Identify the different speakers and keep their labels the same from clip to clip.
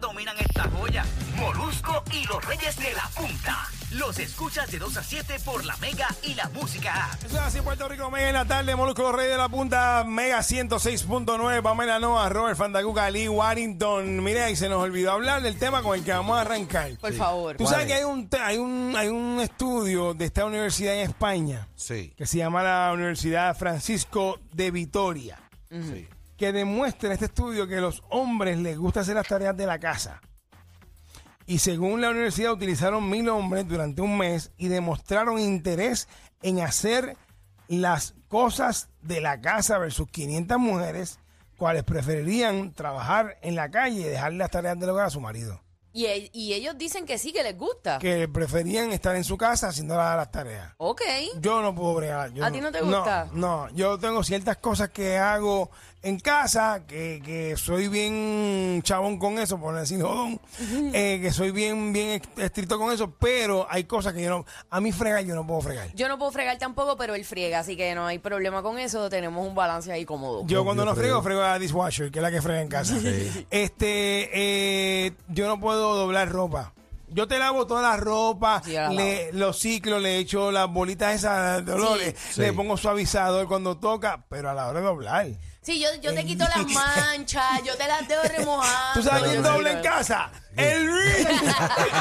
Speaker 1: dominan esta joya. Molusco y los Reyes de la Punta. Los escuchas de 2 a 7 por la Mega y la Música App.
Speaker 2: Eso es así, Puerto Rico, Mega en la tarde, Molusco, los Reyes de la Punta, Mega 106.9, Pamela Noa, Robert Fandacuca, Lee Warrington. Mira, y se nos olvidó hablar del tema con el que vamos a arrancar.
Speaker 3: Por favor.
Speaker 2: Tú sabes que hay un, te- hay, un, hay un estudio de esta universidad en España
Speaker 4: Sí,
Speaker 2: que se llama la Universidad Francisco de Vitoria,
Speaker 4: sí.
Speaker 2: que demuestra en este estudio que a los hombres les gusta hacer las tareas de la casa. Y según la universidad utilizaron mil hombres durante un mes y demostraron interés en hacer las cosas de la casa versus 500 mujeres, cuales preferirían trabajar en la calle y dejar las tareas del hogar a su marido.
Speaker 3: Y, e- y ellos dicen que sí, que les gusta.
Speaker 2: que preferían estar en su casa haciendo la- las tareas.
Speaker 3: Ok.
Speaker 2: Yo no puedo bregar. yo
Speaker 3: ¿A ti no te gusta?
Speaker 2: No, yo tengo ciertas cosas que hago en casa, que, que soy bien chabón con eso, por no decir jodón, eh, que soy bien, bien estricto con eso, pero hay cosas que yo no... A mí fregar yo no puedo fregar.
Speaker 3: Yo no puedo fregar tampoco, pero él friega, así que no hay problema con eso. Tenemos un balance ahí cómodo.
Speaker 2: Yo
Speaker 4: Yo
Speaker 2: cuando no frego,
Speaker 4: frego.
Speaker 2: frego a la dishwasher, que es la que frega en casa. Este, eh, yo no puedo doblar ropa. Yo te lavo toda la ropa,
Speaker 3: Sí, yo la
Speaker 2: le- los ciclos, le echo las bolitas esas de olores,
Speaker 4: Sí.
Speaker 2: le
Speaker 4: Sí.
Speaker 2: pongo suavizador cuando toca, pero a la hora de doblar.
Speaker 3: Sí, yo, yo te quito las manchas, yo te las dejo remojando.
Speaker 2: ¿Tú sabes quién
Speaker 3: Ah, Yo
Speaker 2: dobla en
Speaker 3: sí,
Speaker 2: casa? El Luis.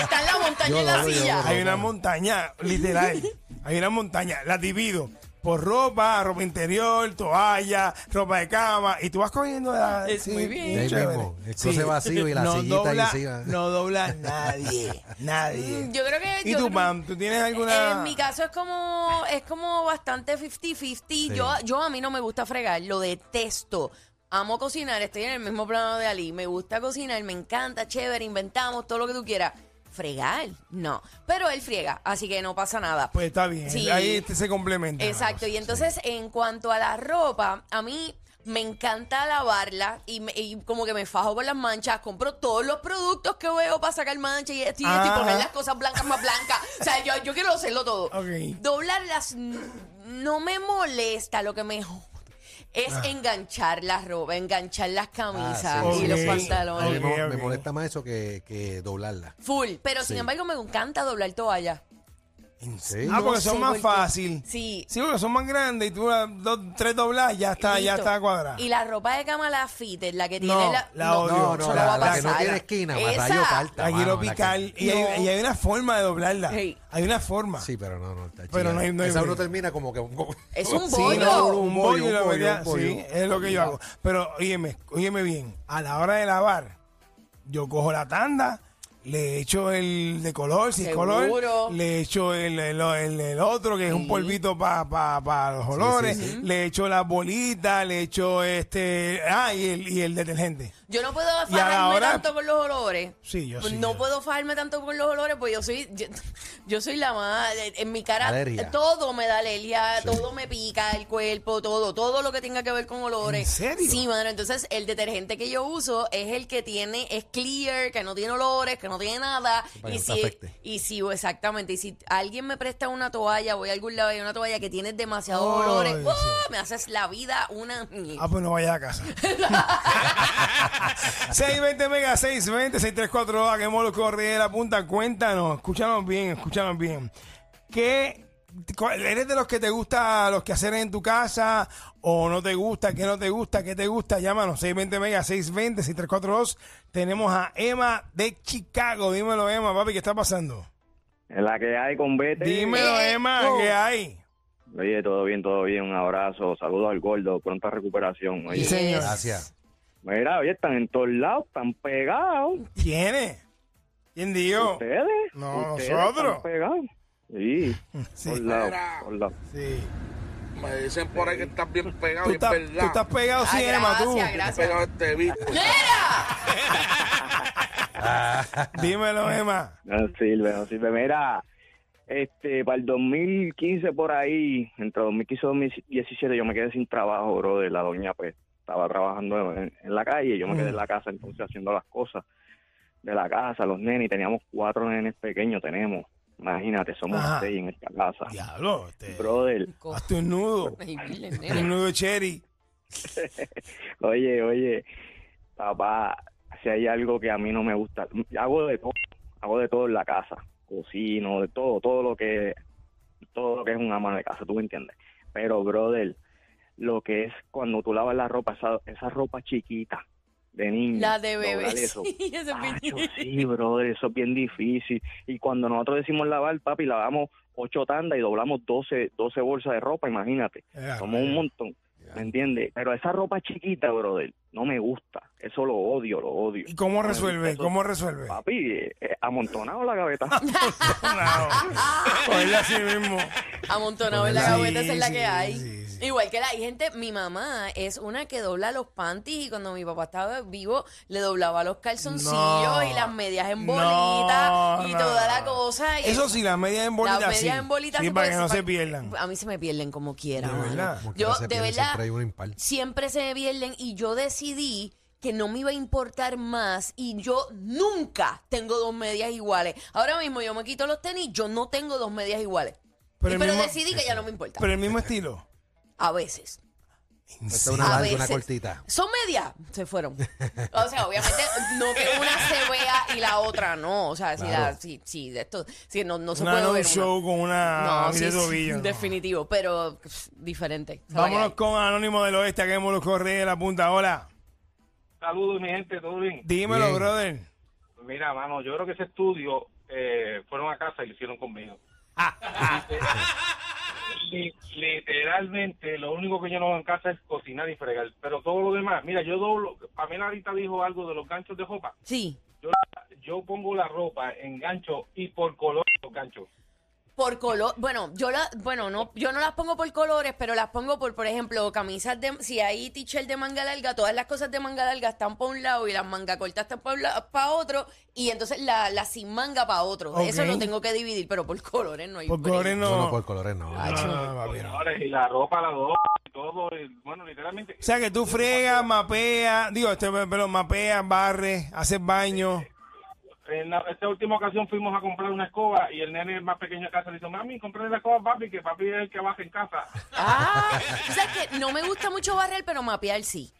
Speaker 3: Está en la montaña
Speaker 4: Yo
Speaker 3: en la
Speaker 4: doblo, yo
Speaker 3: silla.
Speaker 4: doblo.
Speaker 2: Hay una montaña, literal. Hay una montaña, la divido. Por ropa, ropa interior, toalla, ropa de cama, y tú vas cogiendo la.
Speaker 3: Es muy bien.
Speaker 4: De ahí
Speaker 2: chévere.
Speaker 4: mismo, el closet vacío y la sillita ahí
Speaker 2: dobla,
Speaker 4: encima.
Speaker 2: No dobla nadie, nadie.
Speaker 3: Mm, Yo creo que-
Speaker 2: ¿Y
Speaker 3: yo
Speaker 2: tú,
Speaker 3: creo-
Speaker 2: Pam? ¿Tú tienes alguna.?
Speaker 3: En mi caso es como es como bastante 50-50. Yo, yo a mí no me gusta fregar, lo detesto. Amo cocinar, estoy en el mismo plano de Ali. Me gusta cocinar, me encanta, chévere, inventamos todo lo que tú quieras. Fregar, no. Pero él friega, así que no pasa nada.
Speaker 2: Pues está bien,
Speaker 3: Sí.
Speaker 2: ahí este se complementa.
Speaker 3: Exacto, y entonces en cuanto a la ropa, a mí me encanta lavarla y, me- y como que me fajo por las manchas, compro todos los productos que veo para sacar manchas y esto y esto y
Speaker 2: Ajá.
Speaker 3: poner las cosas blancas más blancas. o sea, yo, yo quiero hacerlo todo.
Speaker 2: Ok.
Speaker 3: Doblarlas n- no me molesta, lo que me jode es
Speaker 2: Ah.
Speaker 3: enganchar la ropa, enganchar las camisas
Speaker 4: Ah,
Speaker 2: sí,
Speaker 3: y los
Speaker 2: sí.
Speaker 4: A mí
Speaker 3: pantalones.
Speaker 2: Ok,
Speaker 4: me, me
Speaker 2: ok.
Speaker 4: molesta más eso que, que doblarla.
Speaker 3: Full, pero sin
Speaker 4: Sí.
Speaker 3: embargo me encanta doblar toallas.
Speaker 4: Sí.
Speaker 2: Ah, porque
Speaker 3: No
Speaker 2: son
Speaker 3: sé
Speaker 2: más
Speaker 3: por qué.
Speaker 2: fácil.
Speaker 3: Sí.
Speaker 2: Sí, porque son más grandes y tú las dos, tres doblas, ya está, ya
Speaker 3: Listo.
Speaker 2: está cuadrada.
Speaker 3: Y la ropa de cama, la fitter, la que tiene
Speaker 2: No,
Speaker 3: la.
Speaker 2: la odio.
Speaker 4: No,
Speaker 2: Eso no
Speaker 4: no, la,
Speaker 2: va a
Speaker 4: la que no
Speaker 2: pasar.
Speaker 4: tiene esquina, más
Speaker 3: Esa.
Speaker 4: rayo falta.
Speaker 2: La quiero
Speaker 4: mano, la que-
Speaker 2: picar y, hay,
Speaker 3: No.
Speaker 2: y hay una forma de doblarla.
Speaker 3: Hey.
Speaker 2: Hay una forma.
Speaker 4: Sí, pero no, no. está
Speaker 2: Pero
Speaker 4: chida.
Speaker 2: no hay- no hay
Speaker 4: Esa uno
Speaker 2: break.
Speaker 4: termina como que...
Speaker 3: Es un
Speaker 2: Sí,
Speaker 3: bollo.
Speaker 2: no,
Speaker 4: un
Speaker 2: un
Speaker 4: bollo,
Speaker 2: bollo,
Speaker 4: un
Speaker 2: la
Speaker 4: bollo,
Speaker 2: verdad,
Speaker 4: un bollo.
Speaker 2: sí, es lo que yo hago. Pero óyeme, óyeme bien, a la hora de lavar, yo cojo la tanda, le echo el de color, sin
Speaker 3: Seguro.
Speaker 2: color, le echo el, el- el- el otro que es un polvito para los olores,
Speaker 4: sí, sí.
Speaker 2: le echo las bolitas, le echo este, ah, y el, y el detergente.
Speaker 3: Yo no puedo
Speaker 2: Y a la
Speaker 3: fajarme
Speaker 2: hora-
Speaker 3: tanto con los olores. Pues
Speaker 2: Sí, yo sí,
Speaker 3: No
Speaker 2: yo.
Speaker 3: puedo fajarme tanto con los olores, pues yo soy, yo, yo soy la más, en mi cara
Speaker 4: Alergia.
Speaker 3: todo me da alergia, todo me pica el cuerpo, todo, todo lo que tenga que ver con olores.
Speaker 2: ¿En serio?
Speaker 3: Sí, mano. Entonces el detergente que yo uso es el que tiene, es clear, que no tiene olores, que no tiene nada.
Speaker 4: Para
Speaker 3: y
Speaker 4: que no
Speaker 3: si,
Speaker 4: te afecte.
Speaker 3: y si, oh, exactamente. Y si alguien me presta una toalla, voy a algún lado y hay una toalla que tiene demasiados
Speaker 2: Ay,
Speaker 3: olores,
Speaker 2: sí.
Speaker 3: ¡ah! me haces la vida una mierda.
Speaker 2: Ah, pues no vayas a casa. 620 Mega, 620, 634 A, que Molusco ríe de la punta. Cuéntanos, escúchanos bien, escúchanos bien. ¿Qué, cuál- ¿Eres de los que te gusta los quehaceres en tu casa o no te gusta? ¿Qué no te gusta? ¿Qué te gusta? Llámanos, 620 Mega, 620, 6342. Tenemos a Emma de Chicago. Dímelo, Emma, papi, ¿qué está pasando?
Speaker 5: La que hay con Vete.
Speaker 2: Dímelo, Emma, ¿qué hay?
Speaker 5: Oye, todo bien, todo bien. Un abrazo. Saludos al gordo. Pronta recuperación. Oye,
Speaker 3: Yes.
Speaker 2: señor.
Speaker 4: Gracias.
Speaker 5: mira, oye, están en todos lados, están pegados.
Speaker 2: ¿Quién es? ¿Quién dijo?
Speaker 5: Ustedes.
Speaker 2: No,
Speaker 5: ustedes
Speaker 2: nosotros.
Speaker 5: Están pegados. Sí,
Speaker 2: Sí.
Speaker 5: todos lados, todos lados.
Speaker 2: Sí.
Speaker 6: Me dicen por ahí que estás bien pegado
Speaker 2: Tú
Speaker 6: y es
Speaker 2: estás,
Speaker 6: verdad.
Speaker 2: tú estás pegado, sí,
Speaker 3: Ah,
Speaker 2: Emma, tú.
Speaker 3: gracias, gracias.
Speaker 6: pegado a este bicho.
Speaker 2: pues, ah, Dímelo, Emma.
Speaker 5: No sirve, no sirve. Mira, este, para el 2015 por ahí, entre 2015 y 2017, yo me quedé sin trabajo, bro, de la doña, pues, estaba trabajando en, en la calle, yo me quedé en la casa, entonces, haciendo las cosas de la casa, los nenes, y teníamos cuatro nenes pequeños, tenemos, imagínate, somos
Speaker 2: Ajá.
Speaker 5: seis en esta casa.
Speaker 2: Diablo, este.
Speaker 5: Brother,
Speaker 2: Hazte un nudo.
Speaker 3: Ay, mire, nena.
Speaker 2: Un nudo cherry.
Speaker 5: oye, oye, papá, si hay algo que a mí no me gusta. Hago de todo, hago de todo en la casa, cocino, de todo, todo lo que, todo lo que es un ama de casa, tú me entiendes. Pero, brother, lo que es cuando tú lavas la ropa, esa, esa ropa chiquita de
Speaker 2: Mm,
Speaker 5: niño.
Speaker 3: La de
Speaker 5: doblar
Speaker 3: bebé.
Speaker 5: eso.
Speaker 3: Sí, eso
Speaker 2: Ah,
Speaker 3: es bien-
Speaker 5: Tacho, sí, brother, eso es bien difícil. Y cuando nosotros decimos lavar, papi, lavamos ocho tandas y doblamos 12, 12 bolsas de ropa, imagínate.
Speaker 2: Ya,
Speaker 5: Somos un montón,
Speaker 4: Ya.
Speaker 5: ¿me entiendes? Pero esa ropa chiquita, brother, no me gusta. Eso lo odio, lo odio.
Speaker 2: ¿Y cómo resuelve?
Speaker 5: Eso-
Speaker 2: ¿Cómo resuelve?
Speaker 5: Papi, eh, eh, amontonado la gaveta.
Speaker 2: Claro. Cogerle así mismo.
Speaker 3: Amontonado en la
Speaker 2: Sí,
Speaker 3: gaveta, esa es la
Speaker 2: sí,
Speaker 3: que hay.
Speaker 2: sí, sí.
Speaker 3: Igual que la hay gente, mi mamá es una que dobla los panties y cuando mi papá estaba vivo le doblaba los calzoncillos
Speaker 2: No.
Speaker 3: y las medias en
Speaker 2: No,
Speaker 3: bolita y
Speaker 2: no,
Speaker 3: toda la
Speaker 2: no.
Speaker 3: cosa. Y
Speaker 2: Eso sí, las medias en bolita
Speaker 3: las medias
Speaker 2: sí.
Speaker 3: en bolita
Speaker 2: Sí,
Speaker 3: se
Speaker 2: para
Speaker 3: puede-
Speaker 2: que no se pierdan.
Speaker 3: A mí se me pierden como quiera.
Speaker 2: De
Speaker 3: mano.
Speaker 2: verdad.
Speaker 4: Como quiera
Speaker 3: Yo,
Speaker 4: se
Speaker 3: de
Speaker 4: pierde,
Speaker 3: verdad,
Speaker 4: Siempre hay una impar.
Speaker 3: siempre se me pierden y yo decidí que no me iba a importar más y yo nunca tengo dos medias iguales. Ahora mismo yo me quito los tenis, yo no tengo dos medias iguales.
Speaker 2: Pero
Speaker 3: Pero,
Speaker 2: el mismo-
Speaker 3: decidí que ya no me importa.
Speaker 2: Pero el mismo estilo.
Speaker 3: a veces.
Speaker 4: Esta es una
Speaker 3: A
Speaker 4: larga, una
Speaker 3: veces.
Speaker 4: cortita.
Speaker 3: Son medias, se fueron. O sea, obviamente no que una se vea y la otra no. O sea, si, la- si, si de esto, si no, no se
Speaker 2: Una
Speaker 3: puede
Speaker 2: no
Speaker 3: ver. una.
Speaker 2: show con una
Speaker 3: no,
Speaker 2: no,
Speaker 3: sí,
Speaker 2: de
Speaker 3: sí,
Speaker 2: tobillo. no.
Speaker 3: definitivo, pero pff, diferente. Esa es la que
Speaker 2: Vámonos
Speaker 3: hay.
Speaker 2: con Anónimo del Oeste, que los Correa de la punta. Hola.
Speaker 7: Saludos, mi gente, ¿todo bien?
Speaker 2: Dímelo,
Speaker 4: Bien.
Speaker 2: brother.
Speaker 7: Mira, mano, yo creo que ese estudio eh, fueron a casa y lo hicieron conmigo. Li- Literalmente, lo único que yo no hago en casa es cocinar y fregar, pero todo lo demás, mira, yo doblo, Pamela ahorita dijo algo de los ganchos de ropa,
Speaker 3: Sí,
Speaker 7: yo, la- yo pongo la ropa en gancho y por color los ganchos.
Speaker 3: por color. Bueno, yo la, bueno, no, yo no las pongo por colores, pero las pongo por, por ejemplo, camisas de, si hay t-shirt de manga larga, todas las cosas de manga larga están para un lado y las manga cortas están para otro y entonces la, la sin manga para otro. Eso
Speaker 2: Ok.
Speaker 3: lo tengo que dividir, pero por colores no hay.
Speaker 2: Por
Speaker 3: break.
Speaker 2: colores
Speaker 4: No, no,
Speaker 2: no.
Speaker 4: por colores no.
Speaker 2: No, Ah.
Speaker 4: No,
Speaker 2: no, no, papi, no.
Speaker 7: Colores y la ropa, la doblo y todo, y, bueno, literalmente,
Speaker 2: O sea que tú fregas, mapeas, digo, este, perdón, mapeas, barres, haces baño.
Speaker 7: En la- esta última ocasión fuimos a comprar una escoba y el nene más pequeño de casa le dijo, mami, compré la escoba a papi, que papi es el que baja en casa.
Speaker 3: Ah, o sea que no me gusta mucho barrer, pero mapear sí.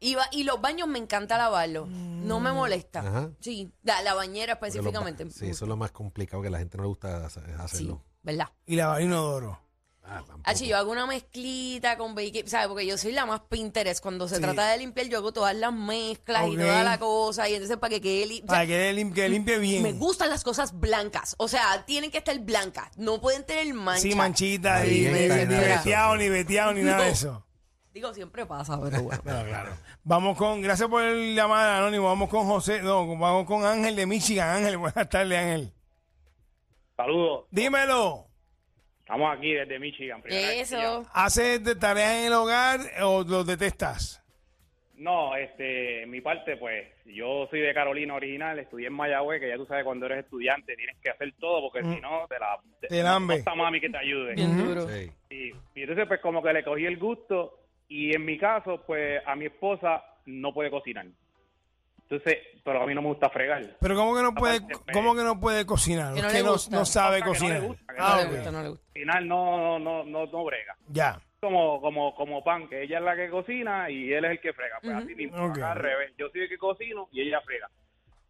Speaker 3: Y, ba- y los baños me encanta lavarlos. No me molesta.
Speaker 4: Ajá.
Speaker 3: Sí, la, la bañera
Speaker 4: porque los ba-
Speaker 3: específicamente.
Speaker 4: Sí, eso es lo más complicado que a la gente no le gusta hace-
Speaker 3: Sí,
Speaker 4: hacerlo.
Speaker 3: ¿verdad?
Speaker 2: Y lavar inodoro.
Speaker 4: Ah, tampoco.
Speaker 3: Hachi, yo hago una mezclita con baking, ¿sabes? Porque yo soy la más Pinterest. Cuando se trata de limpiar, yo hago todas las mezclas
Speaker 2: Ok.
Speaker 3: y toda la cosa. Y entonces para que quede li- o sea,
Speaker 2: Para que, lim- que limpie bien.
Speaker 3: me gustan las cosas blancas. O sea, tienen que estar blancas. No pueden tener mancha.
Speaker 2: Sí, manchita,
Speaker 4: Ahí
Speaker 2: ni,
Speaker 4: está,
Speaker 2: ni-
Speaker 4: nada
Speaker 2: ni
Speaker 4: de eso.
Speaker 2: veteado, ni veteado, ni nada de
Speaker 3: No.
Speaker 2: eso.
Speaker 3: Digo, siempre pasa, pero bueno.
Speaker 2: Vamos con, gracias por el llamar anónimo, vamos con José, no, vamos con Ángel de Michigan. Ángel, buenas tardes, Ángel.
Speaker 8: Saludos,
Speaker 2: Dímelo,
Speaker 8: estamos aquí desde Michigan. primera vez que
Speaker 3: Eso.
Speaker 2: ¿haces de tareas en el hogar o lo detestas?
Speaker 8: llamo. No, este, en mi parte, pues, yo soy de Carolina original, estudié en Mayagüez, que ya tú sabes cuando eres estudiante tienes que hacer todo porque si no te la
Speaker 2: Mm. Te lambe.
Speaker 8: está mami que te ayude.
Speaker 3: Bien duro.
Speaker 4: Sí.
Speaker 8: Y, y entonces pues como que le cogí el gusto y en mi caso, pues, a mi esposa no puede cocinar. Entonces, pero a mí no me gusta fregar.
Speaker 2: Pero ¿cómo que no puede,
Speaker 8: Aparte, pues,
Speaker 2: cómo que no puede cocinar?
Speaker 3: que no
Speaker 2: Usted
Speaker 3: le
Speaker 2: no,
Speaker 3: gusta.
Speaker 2: no sabe
Speaker 8: O sea, que no
Speaker 2: cocinar.
Speaker 8: le gusta, que
Speaker 2: ah,
Speaker 3: no
Speaker 2: ok.
Speaker 3: le gusta, no le gusta.
Speaker 8: Al final no, no, no, no, no brega.
Speaker 2: Ya.
Speaker 8: Como, como, como pan, que ella es la que cocina y él es el que frega. Pues así mismo,
Speaker 2: Ok.
Speaker 8: acá al revés. Yo soy el que cocino y ella frega.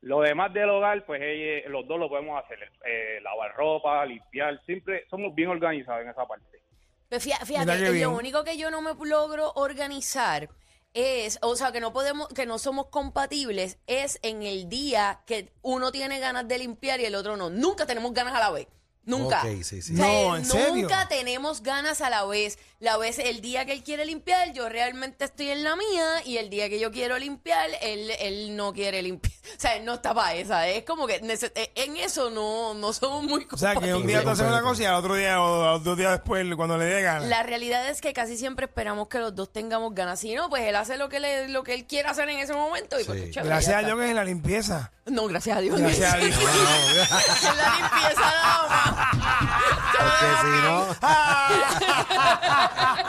Speaker 8: Lo demás del hogar, pues ella, los dos lo podemos hacer. eh, lavar ropa, limpiar. Siempre somos bien organizados en esa parte.
Speaker 3: Pues fía-
Speaker 2: Mira qué
Speaker 3: Fíjate,
Speaker 2: bien.
Speaker 3: lo único que yo no me logro organizar es, o sea, que no podemos, que no somos compatibles, es en el día que uno tiene ganas de limpiar y el otro no. Nunca tenemos ganas a la vez. Nunca.
Speaker 4: Ok, sí, sí.
Speaker 3: O sea, eh,
Speaker 2: No, ¿en serio?
Speaker 3: Nunca tenemos ganas a la vez. La vez, el día que él quiere limpiar, yo realmente estoy en la mía. Y el día que yo quiero limpiar, él, él no quiere limpiar. O sea, él no está para esa. Es como que nece- eh, en eso no, no somos muy
Speaker 2: O
Speaker 3: compatibles.
Speaker 2: sea, que un día tú haces una
Speaker 4: Completo.
Speaker 2: cosa y al otro día o dos días después, cuando le dé ganas.
Speaker 3: La realidad es que casi siempre esperamos que los dos tengamos ganas. Si no, pues él hace lo que le, lo que él quiera hacer en ese momento. Y pues,
Speaker 4: Sí.
Speaker 3: chévere,
Speaker 2: Gracias
Speaker 3: ya
Speaker 2: a
Speaker 3: está.
Speaker 2: Dios que es en la limpieza.
Speaker 3: No, gracias a Dios.
Speaker 2: Gracias a Dios.
Speaker 3: En la limpieza nada más.
Speaker 4: Porque si no.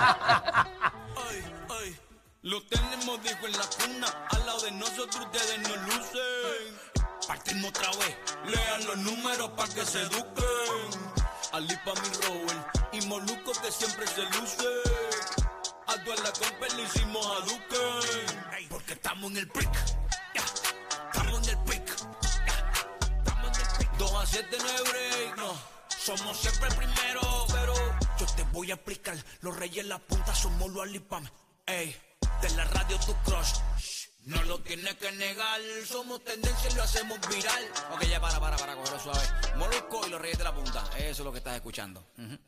Speaker 9: Ay, ay, lo tenemos dijo en la cuna, al lado de nosotros ustedes no lucen. Partimos otra vez, lean los números para que se eduquen. Alipa mi Rowell y Moluco que siempre se luce. A Duela Compa le hicimos a Duque. Porque estamos en el brick. ya. las 7 no hay break, no. Somos siempre el primero, pero yo te voy a explicar. Los reyes en la punta somos los alipam. Ey, de la radio tu crush. Shh, No lo tienes que negar, somos tendencia y lo hacemos viral. Ok, ya para, para, para, cogerlo suave. Molusco y los reyes de la punta. Eso es lo que estás escuchando. Ujú.